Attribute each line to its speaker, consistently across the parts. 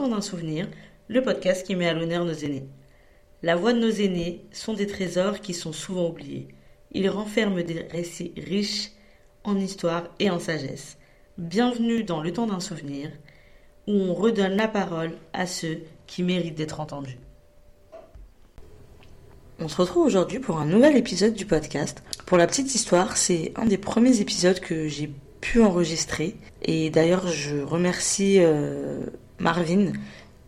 Speaker 1: ans d'un souvenir, le podcast qui met à l'honneur nos aînés. La voix de nos aînés sont des trésors qui sont souvent oubliés. Ils renferment des récits riches en histoire et en sagesse. Bienvenue dans le temps d'un souvenir, où on redonne la parole à ceux qui méritent d'être entendus. On se retrouve aujourd'hui pour un nouvel épisode du podcast. Pour la petite histoire, c'est un des premiers épisodes que j'ai pu enregistrer. Et d'ailleurs, je remercie euh, Marvin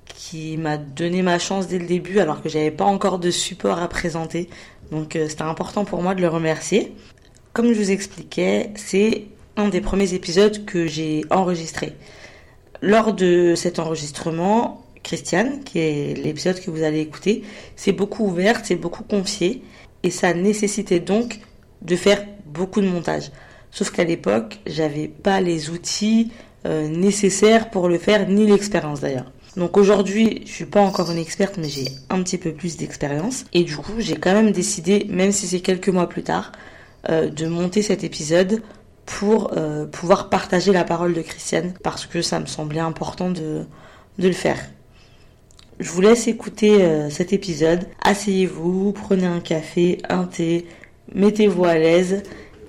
Speaker 1: qui m'a donné ma chance dès le début alors que j'avais pas encore de support à présenter. Donc euh, c'était important pour moi de le remercier. Comme je vous expliquais, c'est un des premiers épisodes que j'ai enregistré. Lors de cet enregistrement, Christiane, qui est l'épisode que vous allez écouter, s'est beaucoup ouverte, s'est beaucoup confiée, et ça nécessitait donc de faire beaucoup de montage. Sauf qu'à l'époque, j'avais pas les outils euh, nécessaires pour le faire, ni l'expérience d'ailleurs. Donc aujourd'hui, je suis pas encore une experte, mais j'ai un petit peu plus d'expérience, et du coup, j'ai quand même décidé, même si c'est quelques mois plus tard, euh, de monter cet épisode pour euh, pouvoir partager la parole de Christiane parce que ça me semblait important de, de le faire. Je vous laisse écouter euh, cet épisode. Asseyez-vous, prenez un café, un thé, mettez-vous à l'aise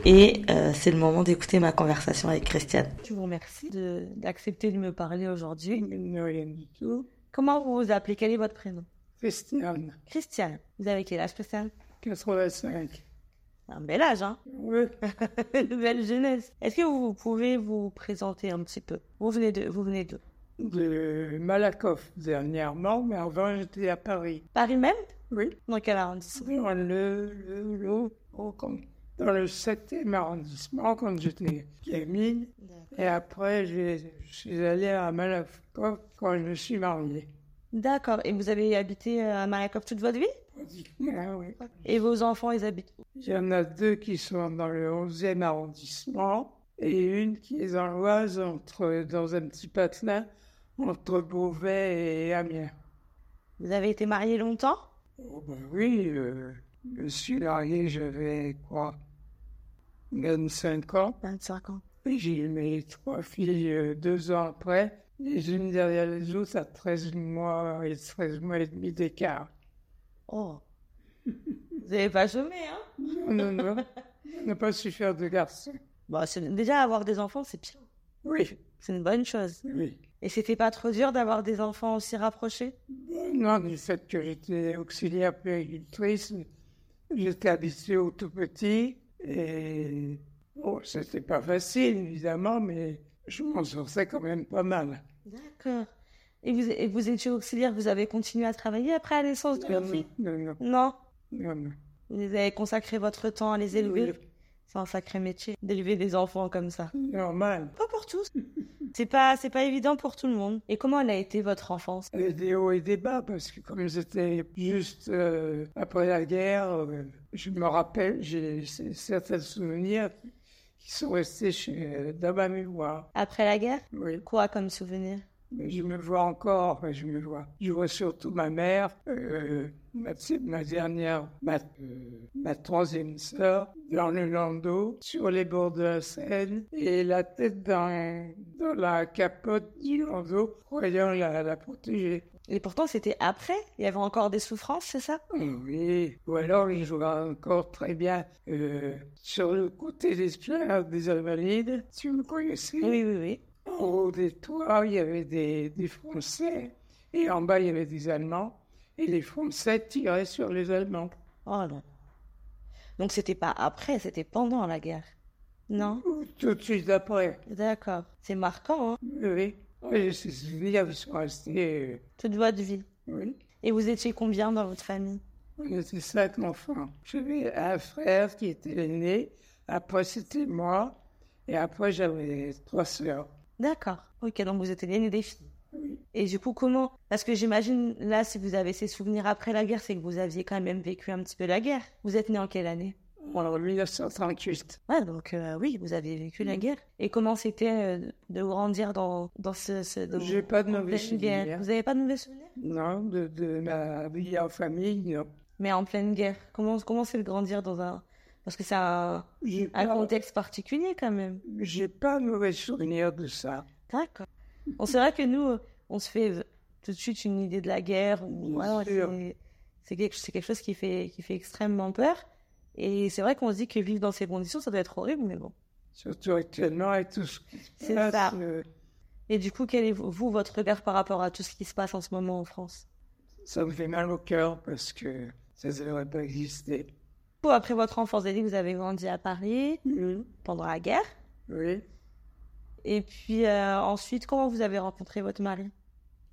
Speaker 1: et euh, c'est le moment d'écouter ma conversation avec Christiane. Je vous remercie de- d'accepter de, me parler aujourd'hui.
Speaker 2: Noël,
Speaker 1: Comment vous vous appelez Quel est votre prénom
Speaker 2: Christiane,
Speaker 1: Christiane. Vous avez quel âge, Christiane
Speaker 2: 85.
Speaker 1: Un bel âge, hein
Speaker 2: Oui,
Speaker 1: Une belle jeunesse. Est-ce que vous pouvez vous présenter un petit peu Vous venez de, vous venez de
Speaker 2: de Malakoff dernièrement, mais avant j'étais à Paris.
Speaker 1: Paris même
Speaker 2: Oui,
Speaker 1: Dans quel arrondissement
Speaker 2: dans le, le- le- oh, comme- dans le 7e arrondissement quand j'étais gamine. Et après, j'ai- je suis allé à Malakoff quand je suis marié.
Speaker 1: D'accord. Et vous avez habité euh, à Malakoff toute votre vie
Speaker 2: Pratiquement, oui.
Speaker 1: Et vos enfants, ils habitent où
Speaker 2: Il y en a deux qui sont dans le 11e arrondissement et une qui est dans l'Oise, entre- dans un petit patelin entre Beauvais et Amiens.
Speaker 1: Vous avez été mariés longtemps
Speaker 2: Oh ben oui, euh, je suis marié, j'avais quoi 25 ans.
Speaker 1: 25 ans.
Speaker 2: Et J'ai eu mes trois filles euh, deux ans après, les unes derrière les autres à 13 mois et 13 mois et demi d'écart.
Speaker 1: Oh. Vous n'avez pas chômé, hein
Speaker 2: Non, non, non, on n'a pas su faire de garçons.
Speaker 1: Bon, c'est- déjà, avoir des enfants, c'est bien.
Speaker 2: Oui,
Speaker 1: C'est une bonne chose.
Speaker 2: oui.
Speaker 1: Et c'était pas trop dur d'avoir des enfants aussi rapprochés
Speaker 2: Non, du fait que j'étais auxiliaire puéricultrice, j'étais habitué au tout petit et bon, c'était pas facile évidemment, mais je m'en sortais quand même pas mal.
Speaker 1: D'accord. Et vous, et vous étiez auxiliaire, vous avez continué à travailler après la naissance de
Speaker 2: Non,
Speaker 1: leur fille
Speaker 2: non, non,
Speaker 1: Non.
Speaker 2: non, non.
Speaker 1: Vous avez consacré votre temps à les élever. C'est un sacré métier d'élever des enfants comme ça.
Speaker 2: Mm. Normal.
Speaker 1: Pas pour tous. C'est pas, c'est pas évident pour tout le monde. Et comment elle a été votre enfance
Speaker 2: Il y avait des hauts et des bas parce que comme j'étais juste euh, après la guerre, euh, je me rappelle, j'ai c- certains souvenirs qui sont restés chez, euh, dans ma mémoire.
Speaker 1: Après la guerre
Speaker 2: Oui.
Speaker 1: Quoi comme souvenir
Speaker 2: Mais Je me vois encore, enfin, je me vois. Je vois surtout ma mère, euh, ma, petite- ma dernière, ma, euh, ma troisième sœur, dans le landau, sur les bords de la Seine, et la tête dans, dans la capote du landau, croyant la, la protéger.
Speaker 1: Et pourtant, c'était après. Il y avait encore des souffrances, c'est ça
Speaker 2: Oh Oui, ou alors il jouera encore très bien euh, sur le côté des esplanades des Invalides. Tu me connaissais
Speaker 1: Oui, oui, oui.
Speaker 2: En haut des toits, il y avait des, des Français et en bas, il y avait des Allemands. Et les Français tiraient sur les Allemands.
Speaker 1: Oh non. Donc, c'était pas après, c'était pendant la guerre. Non
Speaker 2: Ou Tout de suite après.
Speaker 1: D'accord. C'est marquant, hein
Speaker 2: Oui. Et ces souvenirs sont restés. euh,
Speaker 1: Toute votre vie.
Speaker 2: Oui.
Speaker 1: Et vous étiez combien dans votre famille
Speaker 2: On était cinq enfants. J'avais un frère qui était l'aîné. Après, c'était moi. Et après, j'avais trois sœurs.
Speaker 1: D'accord. Ok, donc vous étiez l'aîné des filles. Et du coup, comment Parce que j'imagine, là, si vous avez ces souvenirs après la guerre, c'est que vous aviez quand même vécu un petit peu la guerre. Vous êtes né en quelle année
Speaker 2: En 1938.
Speaker 1: Ouais, donc euh, oui, vous avez vécu la guerre. Et comment c'était euh, de grandir dans, dans ce... ce dans-
Speaker 2: J'ai pas de
Speaker 1: dans
Speaker 2: mauvais
Speaker 1: pleine guerre
Speaker 2: souvenirs.
Speaker 1: Vous n'avez pas de mauvais souvenirs
Speaker 2: Non, de, de ma vie en famille, non.
Speaker 1: Mais en pleine guerre, comment comment c'est de grandir dans un... Parce que c'est un,
Speaker 2: J'ai
Speaker 3: Ah,
Speaker 1: un
Speaker 2: pas-
Speaker 1: contexte particulier quand même.
Speaker 2: J'ai pas de mauvais souvenir de ça.
Speaker 1: D'accord. Bon, c'est vrai que nous, euh, on se fait
Speaker 3: tout de suite une idée de la guerre. ou- ouais,
Speaker 2: Bien
Speaker 3: ouais,
Speaker 2: sûr.
Speaker 3: c'est- c'est quelque, c'est quelque chose qui fait, qui fait extrêmement peur. Et c'est vrai qu'on se dit que vivre dans ces conditions, ça doit être horrible, mais bon.
Speaker 2: Surtout actuellement et tout ce qui se
Speaker 3: C'est
Speaker 2: passe,
Speaker 3: ça.
Speaker 2: euh,
Speaker 3: Et du coup, quel est, vous, votre regard par rapport à tout ce qui se passe en ce moment en France
Speaker 2: ça me fait mal au cœur parce que ça ne devrait pas exister.
Speaker 3: Vous, après votre enfance, vous avez dit que vous avez grandi à Paris pendant la guerre.
Speaker 2: Oui.
Speaker 3: Et puis euh, ensuite, comment vous avez rencontré votre mari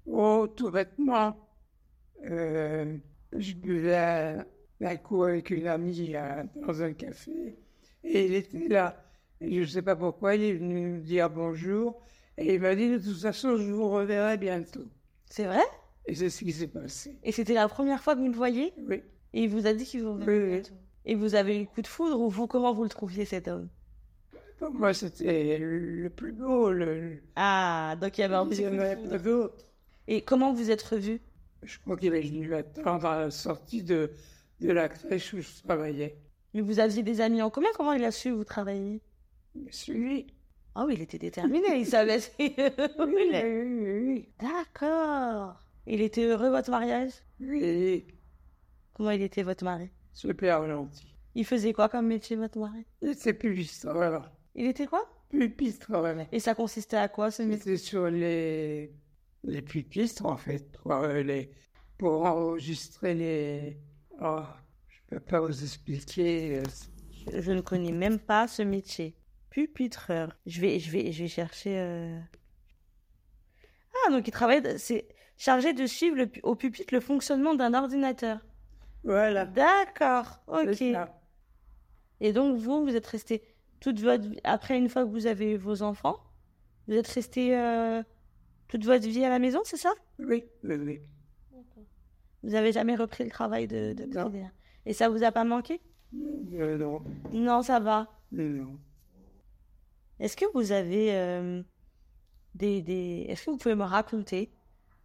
Speaker 2: Oh, tout bêtement. Euh, je buvais à la cour avec une amie à- dans un café et il était là. Et je ne sais pas pourquoi, il est venu me dire bonjour et il m'a dit de toute façon, je vous reverrai bientôt.
Speaker 3: C'est vrai
Speaker 2: Et c'est ce qui s'est passé.
Speaker 3: Et c'était la première fois que vous le voyez
Speaker 2: Oui.
Speaker 3: Et il vous a dit qu'il vous
Speaker 2: Oui, oui.
Speaker 3: revenait bientôt. Et vous avez eu le coup de foudre ou vous, comment vous le trouviez cet homme
Speaker 2: Pour moi, c'était le plus beau. Le...
Speaker 3: Ah, donc il y avait un
Speaker 2: il
Speaker 3: petit
Speaker 2: y
Speaker 3: coup
Speaker 2: en
Speaker 3: de
Speaker 2: avait
Speaker 3: foudre.
Speaker 2: pas d'autre.
Speaker 3: Et comment vous êtes revus
Speaker 2: Je crois qu'il est dû attendre à la sortie de, de la crèche où je travaillais.
Speaker 3: Mais vous aviez des amis en commun Comment il a su que vous travailliez
Speaker 2: Je suis
Speaker 3: Ah oui, il était déterminé, il savait.
Speaker 2: Oui, oui,
Speaker 3: D'accord. Il était heureux votre mariage
Speaker 2: oui, oui.
Speaker 3: Comment il était votre mari
Speaker 2: Super gentil.
Speaker 3: Il faisait quoi comme métier votre mari
Speaker 2: Et c'est pupitre, voilà.
Speaker 3: Il était quoi
Speaker 2: Pupitre, voilà.
Speaker 3: Et ça consistait à quoi ce
Speaker 2: Mais
Speaker 3: métier
Speaker 2: c'est sur les, les pupitres, en fait, pour, euh, les, pour enregistrer les... Oh, je peux pas vous expliquer. euh,
Speaker 3: Je ne connais même pas ce métier. Pupitreur. Je vais, je vais, je vais chercher. euh. Ah, donc il travaille. de- C'est chargé de suivre le pu- au pupitre le fonctionnement d'un ordinateur.
Speaker 2: Voilà.
Speaker 3: D'accord. Ok.
Speaker 2: C'est ça.
Speaker 3: Et donc vous, vous êtes resté toute votre vie. Après, une fois que vous avez eu vos enfants, vous êtes resté euh, toute votre vie à la maison, c'est ça
Speaker 2: Oui, oui, oui.
Speaker 3: Vous n'avez jamais repris le travail de, de
Speaker 2: Non.
Speaker 3: privé, hein. Et ça vous a pas manqué
Speaker 2: Euh, non,
Speaker 3: Non, ça va.
Speaker 2: non, non.
Speaker 3: Est-ce que vous avez euh, des, des... Est-ce que vous pouvez me raconter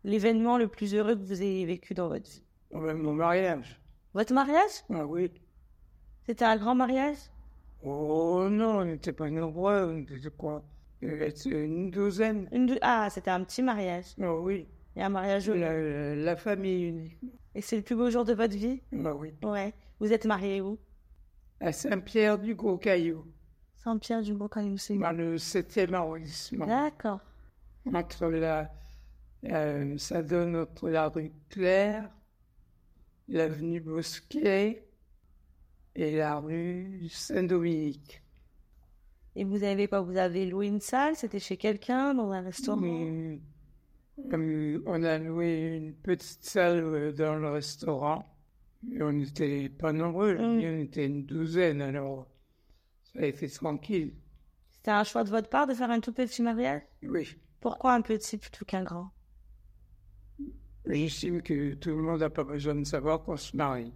Speaker 3: l'événement le plus heureux que vous ayez vécu dans votre vie
Speaker 2: Oh, mais Mon mariage.
Speaker 3: Votre mariage
Speaker 2: Ah oui.
Speaker 3: C'était un grand mariage
Speaker 2: Oh non, on n'était pas nombreux, on était je crois euh, une douzaine.
Speaker 3: Une dou- Ah, c'était un petit mariage.
Speaker 2: Oh oui,
Speaker 3: Et un mariage heureux.
Speaker 2: la, la- la famille unique.
Speaker 3: Et c'est le plus beau jour de votre vie
Speaker 2: Ah oui.
Speaker 3: Ouais. Vous êtes mariés où
Speaker 2: À Saint-Pierre du Gros Caillou,
Speaker 3: Saint-Pierre du Bocanou, c'est
Speaker 2: dans le 7e arrondissement,
Speaker 3: D'accord.
Speaker 2: entre la, euh, ça donne entre la rue Claire, l'avenue Bosquet et la rue Saint-Dominique.
Speaker 3: Et vous avez quoi Vous avez loué une salle C'était chez quelqu'un Dans un restaurant
Speaker 2: Hum, hum, on a loué une petite salle euh, dans le restaurant. Et on n'était pas nombreux, je
Speaker 3: Mm.
Speaker 2: dis, on était une douzaine, alors ça a été tranquille.
Speaker 3: C'était un choix de votre part de faire un tout petit mariage
Speaker 2: Oui,
Speaker 3: Pourquoi un petit plutôt qu'un grand
Speaker 2: j'estime que tout le monde n'a pas besoin de savoir qu'on se marie.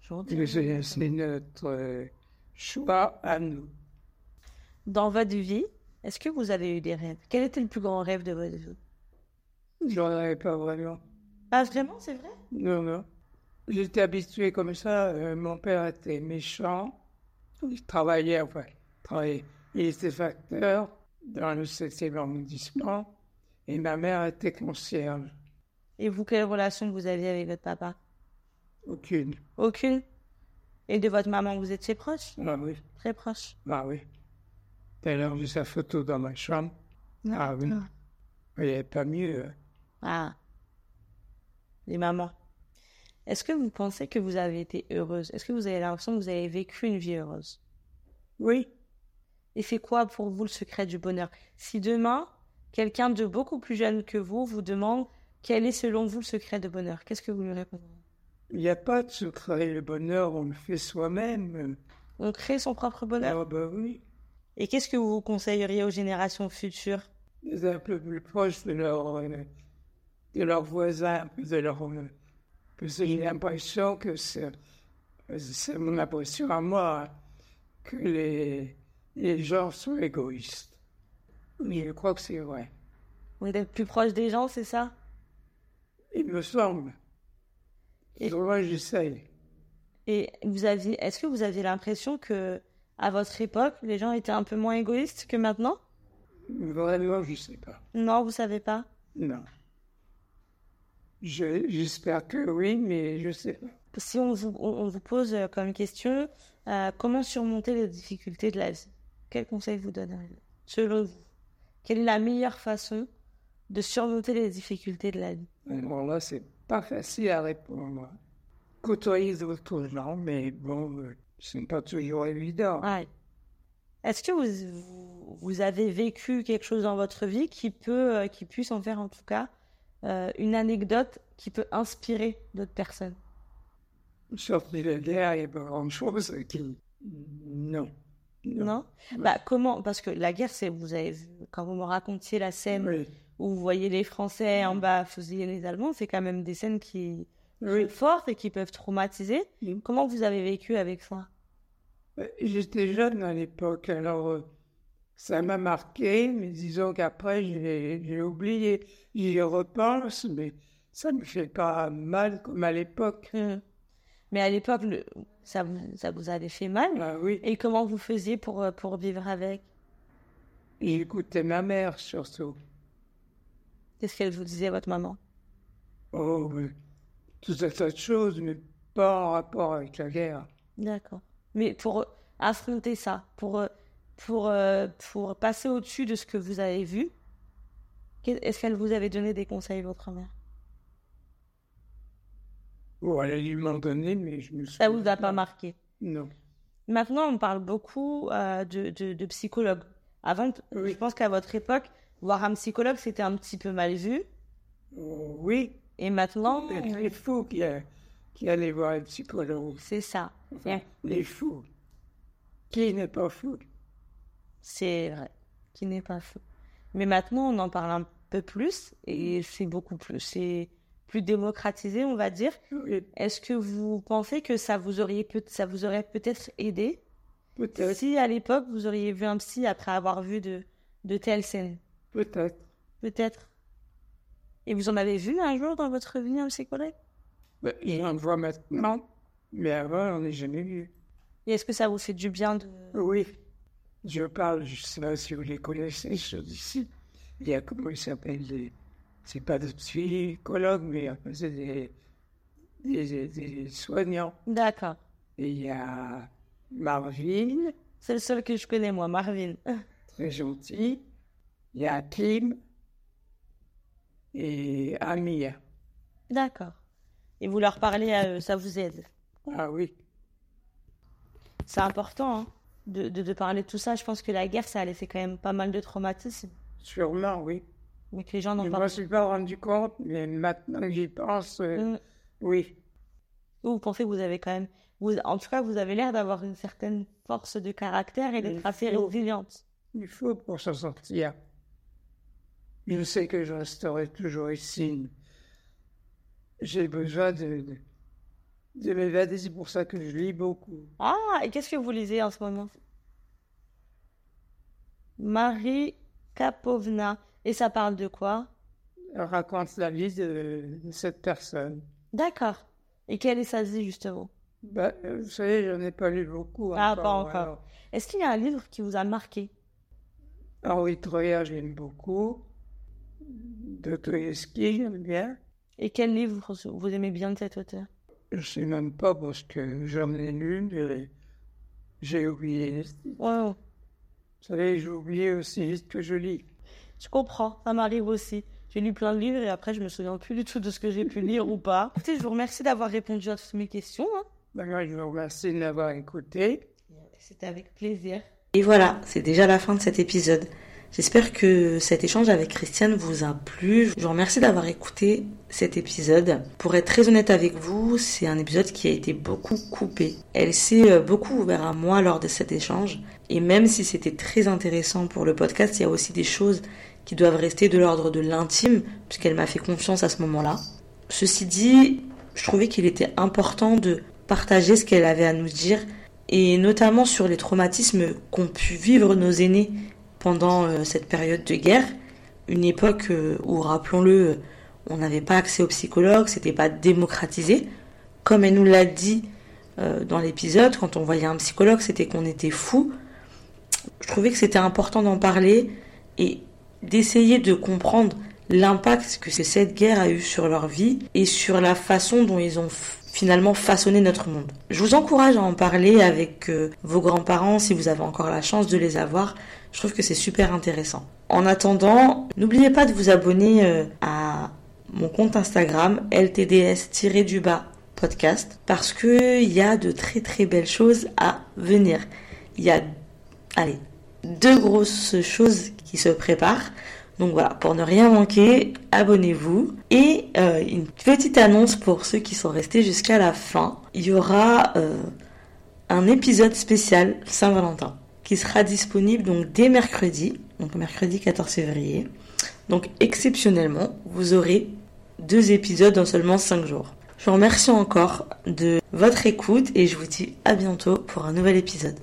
Speaker 3: Gentil.
Speaker 2: Mais C'est c'est notre euh, choix à nous.
Speaker 3: Dans votre vie, est-ce que vous avez eu des rêves Quel était le plus grand rêve de votre vie
Speaker 2: J'en avais pas vraiment.
Speaker 3: Ah, vraiment, c'est vrai
Speaker 2: Non, non. J'étais habitué comme ça. euh, mon père était méchant. Il travaillait, enfin, il travaillait. Il était facteur dans le 7e arrondissement. Et ma mère était concierge.
Speaker 3: Et vous, quelle relation vous aviez avec votre papa
Speaker 2: Aucune.
Speaker 3: Aucune Et de votre maman, vous étiez proche
Speaker 2: Ah oui,
Speaker 3: Très proche
Speaker 2: ah oui. D'ailleurs, j'ai sa photo dans ma chambre. Ah oui.
Speaker 3: Ah.
Speaker 2: Il n'y avait pas mieux. hein.
Speaker 3: Ah. Les mamans. Est-ce que vous pensez que vous avez été heureuse Est-ce que vous avez l'impression que vous avez vécu une vie heureuse
Speaker 2: Oui,
Speaker 3: Et c'est quoi pour vous le secret du bonheur Si demain, quelqu'un de beaucoup plus jeune que vous vous demande quel est selon vous le secret de bonheur, qu'est-ce que vous lui répondez
Speaker 2: il n'y a pas de secret. Le bonheur, on le fait soi-même.
Speaker 3: On crée son propre bonheur.
Speaker 2: Ah bah oui.
Speaker 3: Et qu'est-ce que vous conseilleriez aux générations futures
Speaker 2: des un peu plus proches de leurs euh, de leurs voisins, un peu de leur, euh, parce que j'ai l'impression que c'est euh, c'est mon impression à moi hein, que les, les gens sont égoïstes. Mais je crois que c'est vrai.
Speaker 3: Vous êtes plus proche des gens, c'est ça
Speaker 2: Il me semble.
Speaker 3: Et-
Speaker 2: Et moi, j'essaye.
Speaker 3: Et vous aviez, est-ce que vous aviez l'impression que à votre époque, les gens étaient un peu moins égoïstes que maintenant
Speaker 2: Vraiment, je sais pas.
Speaker 3: Non, vous savez pas.
Speaker 2: Non. Je- J'espère que oui, mais je sais pas.
Speaker 3: Si on vous, on on vous pose euh, comme question, euh, comment surmonter les difficultés de la vie Quel conseil vous donneriez Selon vous, quelle est la meilleure façon de surmonter les difficultés de la vie
Speaker 2: Euh, Bon, là, c'est pas facile à répondre. Côtoyer d'autres gens, mais bon, euh, c'est pas toujours évident.
Speaker 3: Ouais. Est-ce que vous, vous, vous avez vécu quelque chose dans votre vie qui peut, euh, qui puisse en faire en tout cas euh, une anecdote qui peut inspirer d'autres personnes
Speaker 2: Sauf que la guerre, il y a pas grand-chose qui... Non.
Speaker 3: Non Bah comment Parce que la guerre, c'est vous avez vu, quand vous me racontiez la scène
Speaker 2: Oui.
Speaker 3: où vous voyez les Français
Speaker 2: Mm.
Speaker 3: en bas fusiller les Allemands, c'est quand même des scènes qui sont fortes et qui peuvent traumatiser.
Speaker 2: Mm.
Speaker 3: Comment vous avez vécu avec ça
Speaker 2: Euh, J'étais jeune à l'époque, alors euh, ça m'a marqué, mais disons qu'après, j'ai j'ai oublié. J'y repense, mais ça me fait pas mal comme à l'époque.
Speaker 3: Mm. Mais à l'époque, le- ça, vous- ça vous avait fait mal.
Speaker 2: Ah oui,
Speaker 3: Et comment vous faisiez pour, euh, pour vivre avec
Speaker 2: j'écoutais ma mère surtout.
Speaker 3: Qu'est-ce qu'elle vous disait, votre maman
Speaker 2: Oh, mais tout un tas de choses, mais pas en rapport avec la guerre.
Speaker 3: D'accord. Mais pour euh, affronter ça, pour, euh, pour, euh, pour passer au-dessus de ce que vous avez vu, qu'est- est-ce qu'elle vous avait donné des conseils, votre mère
Speaker 2: Bon, elle a dû m'en donner, mais je me
Speaker 3: Ça
Speaker 2: souviens
Speaker 3: vous a pas marqué
Speaker 2: Non.
Speaker 3: Maintenant, on parle beaucoup euh, de, de, de psychologues. Avant,
Speaker 2: Oui.
Speaker 3: je pense qu'à votre époque, voir un psychologue, c'était un petit peu mal vu.
Speaker 2: Oh, oui,
Speaker 3: Et maintenant,
Speaker 2: les fous qui, a- qui allaient voir un psychologue.
Speaker 3: c'est ça.
Speaker 2: Les fous. Qui n'est pas fou
Speaker 3: C'est vrai, qui n'est pas faux. Mais maintenant, on en parle un peu plus et c'est beaucoup plus, c'est plus démocratisé, on va dire.
Speaker 2: Oui,
Speaker 3: Est-ce que vous pensez que ça vous aurait peut ça vous aurait peut-être aidé
Speaker 2: peut-être,
Speaker 3: si à l'époque vous auriez vu un psy après avoir vu de de telles scènes,
Speaker 2: peut-être.
Speaker 3: peut-être. Et vous en avez vu un jour dans votre vie un psychologue?
Speaker 2: Ben, J'en vois maintenant, mais avant, on n'est jamais vu.
Speaker 3: Et est-ce que ça vous fait du bien de
Speaker 2: Oui, je parle, je ne sais pas si vous les connaissez, ceux d'ici. Il y a, comment ils s'appellent, des- c'est pas des psychologues, mais euh, c'est des, des, des- des soignants.
Speaker 3: D'accord.
Speaker 2: Et il y a Marvin,
Speaker 3: C'est le seul que je connais moi, Marvin.
Speaker 2: très gentil. Il y a Tim et Amir.
Speaker 3: D'accord. Et vous leur parlez à eux, ça vous aide.
Speaker 2: Ah oui,
Speaker 3: C'est important hein, de, de, de parler de tout ça. Je pense que la guerre, ça a laissé quand même pas mal de traumatismes.
Speaker 2: sûrement, oui.
Speaker 3: Mais que les gens n'en
Speaker 2: Je ne
Speaker 3: parlent
Speaker 2: me suis pas rendu compte, mais maintenant que j'y pense,
Speaker 3: pas.
Speaker 2: euh,
Speaker 3: Mm.
Speaker 2: oui.
Speaker 3: Vous pensez que vous avez quand même. Vous, en tout cas, vous avez l'air d'avoir une certaine force de caractère et d'être
Speaker 2: Il
Speaker 3: assez
Speaker 2: faut.
Speaker 3: résiliente.
Speaker 2: Il faut pour s'en sortir. Je sais que je resterai toujours ici. J'ai besoin de, de, de m'évader, c'est pour ça que je lis beaucoup.
Speaker 3: Ah, et qu'est-ce que vous lisez en ce moment Marie Kapovna. Et ça parle de quoi
Speaker 2: Raconte la vie de, de cette personne.
Speaker 3: D'accord. Et quelle est sa vie, justement
Speaker 2: Bah, euh, vous savez, je n'ai pas lu beaucoup.
Speaker 3: Ah, pas encore.
Speaker 2: alors.
Speaker 3: Est-ce qu'il y a un livre qui vous a marqué
Speaker 2: Henri Troyer, j'aime beaucoup. Dostoïevski, j'aime bien.
Speaker 3: Et quel livre vous aimez bien de cet auteur
Speaker 2: Je ne sais même pas parce que j'en ai lu, mais j'ai oublié. Vous
Speaker 3: Wow.
Speaker 2: savez, j'ai oublié aussi vite que je lis.
Speaker 3: Je comprends, ça m'arrive aussi. J'ai lu plein de livres et après, je me souviens plus du tout de ce que j'ai pu lire ou pas. Écoutez, je vous remercie d'avoir répondu à toutes mes questions. hein.
Speaker 2: D'ailleurs, je vous remercie de m'avoir écouté.
Speaker 3: C'était avec plaisir.
Speaker 1: Et voilà, c'est déjà la fin de cet épisode. J'espère que cet échange avec Christiane vous a plu. Je vous remercie d'avoir écouté cet épisode. Pour être très honnête avec vous, c'est un épisode qui a été beaucoup coupé. Elle s'est euh, beaucoup ouverte à moi lors de cet échange. Et même si c'était très intéressant pour le podcast, il y a aussi des choses qui doivent rester de l'ordre de l'intime, puisqu'elle m'a fait confiance à ce moment-là. Ceci dit, je trouvais qu'il était important de partager ce qu'elle avait à nous dire et notamment sur les traumatismes qu'ont pu vivre nos aînés pendant euh, cette période de guerre, une époque euh, où, rappelons-le, euh, on n'avait pas accès aux psychologues, c'était pas démocratisé. Comme elle nous l'a dit euh, dans l'épisode, quand on voyait un psychologue, c'était qu'on était fou. Je trouvais que c'était important d'en parler et d'essayer de comprendre l'impact que cette guerre a eu sur leur vie et sur la façon dont ils ont finalement façonner notre monde. Je vous encourage à en parler avec euh, vos grands-parents si vous avez encore la chance de les avoir. Je trouve que c'est super intéressant. En attendant, n'oubliez pas de vous abonner euh, à mon compte Instagram ltds-du-bas podcast parce que il y a de très très belles choses à venir. Il y a allez, deux grosses choses qui se préparent. Donc voilà, pour ne rien manquer, abonnez-vous. Et euh, une petite annonce pour ceux qui sont restés jusqu'à la fin. Il y aura euh, un épisode spécial Saint-Valentin qui sera disponible donc dès mercredi, donc mercredi 14 février. Donc exceptionnellement, vous aurez deux épisodes en seulement 5 jours. Je vous remercie encore de votre écoute et je vous dis à bientôt pour un nouvel épisode.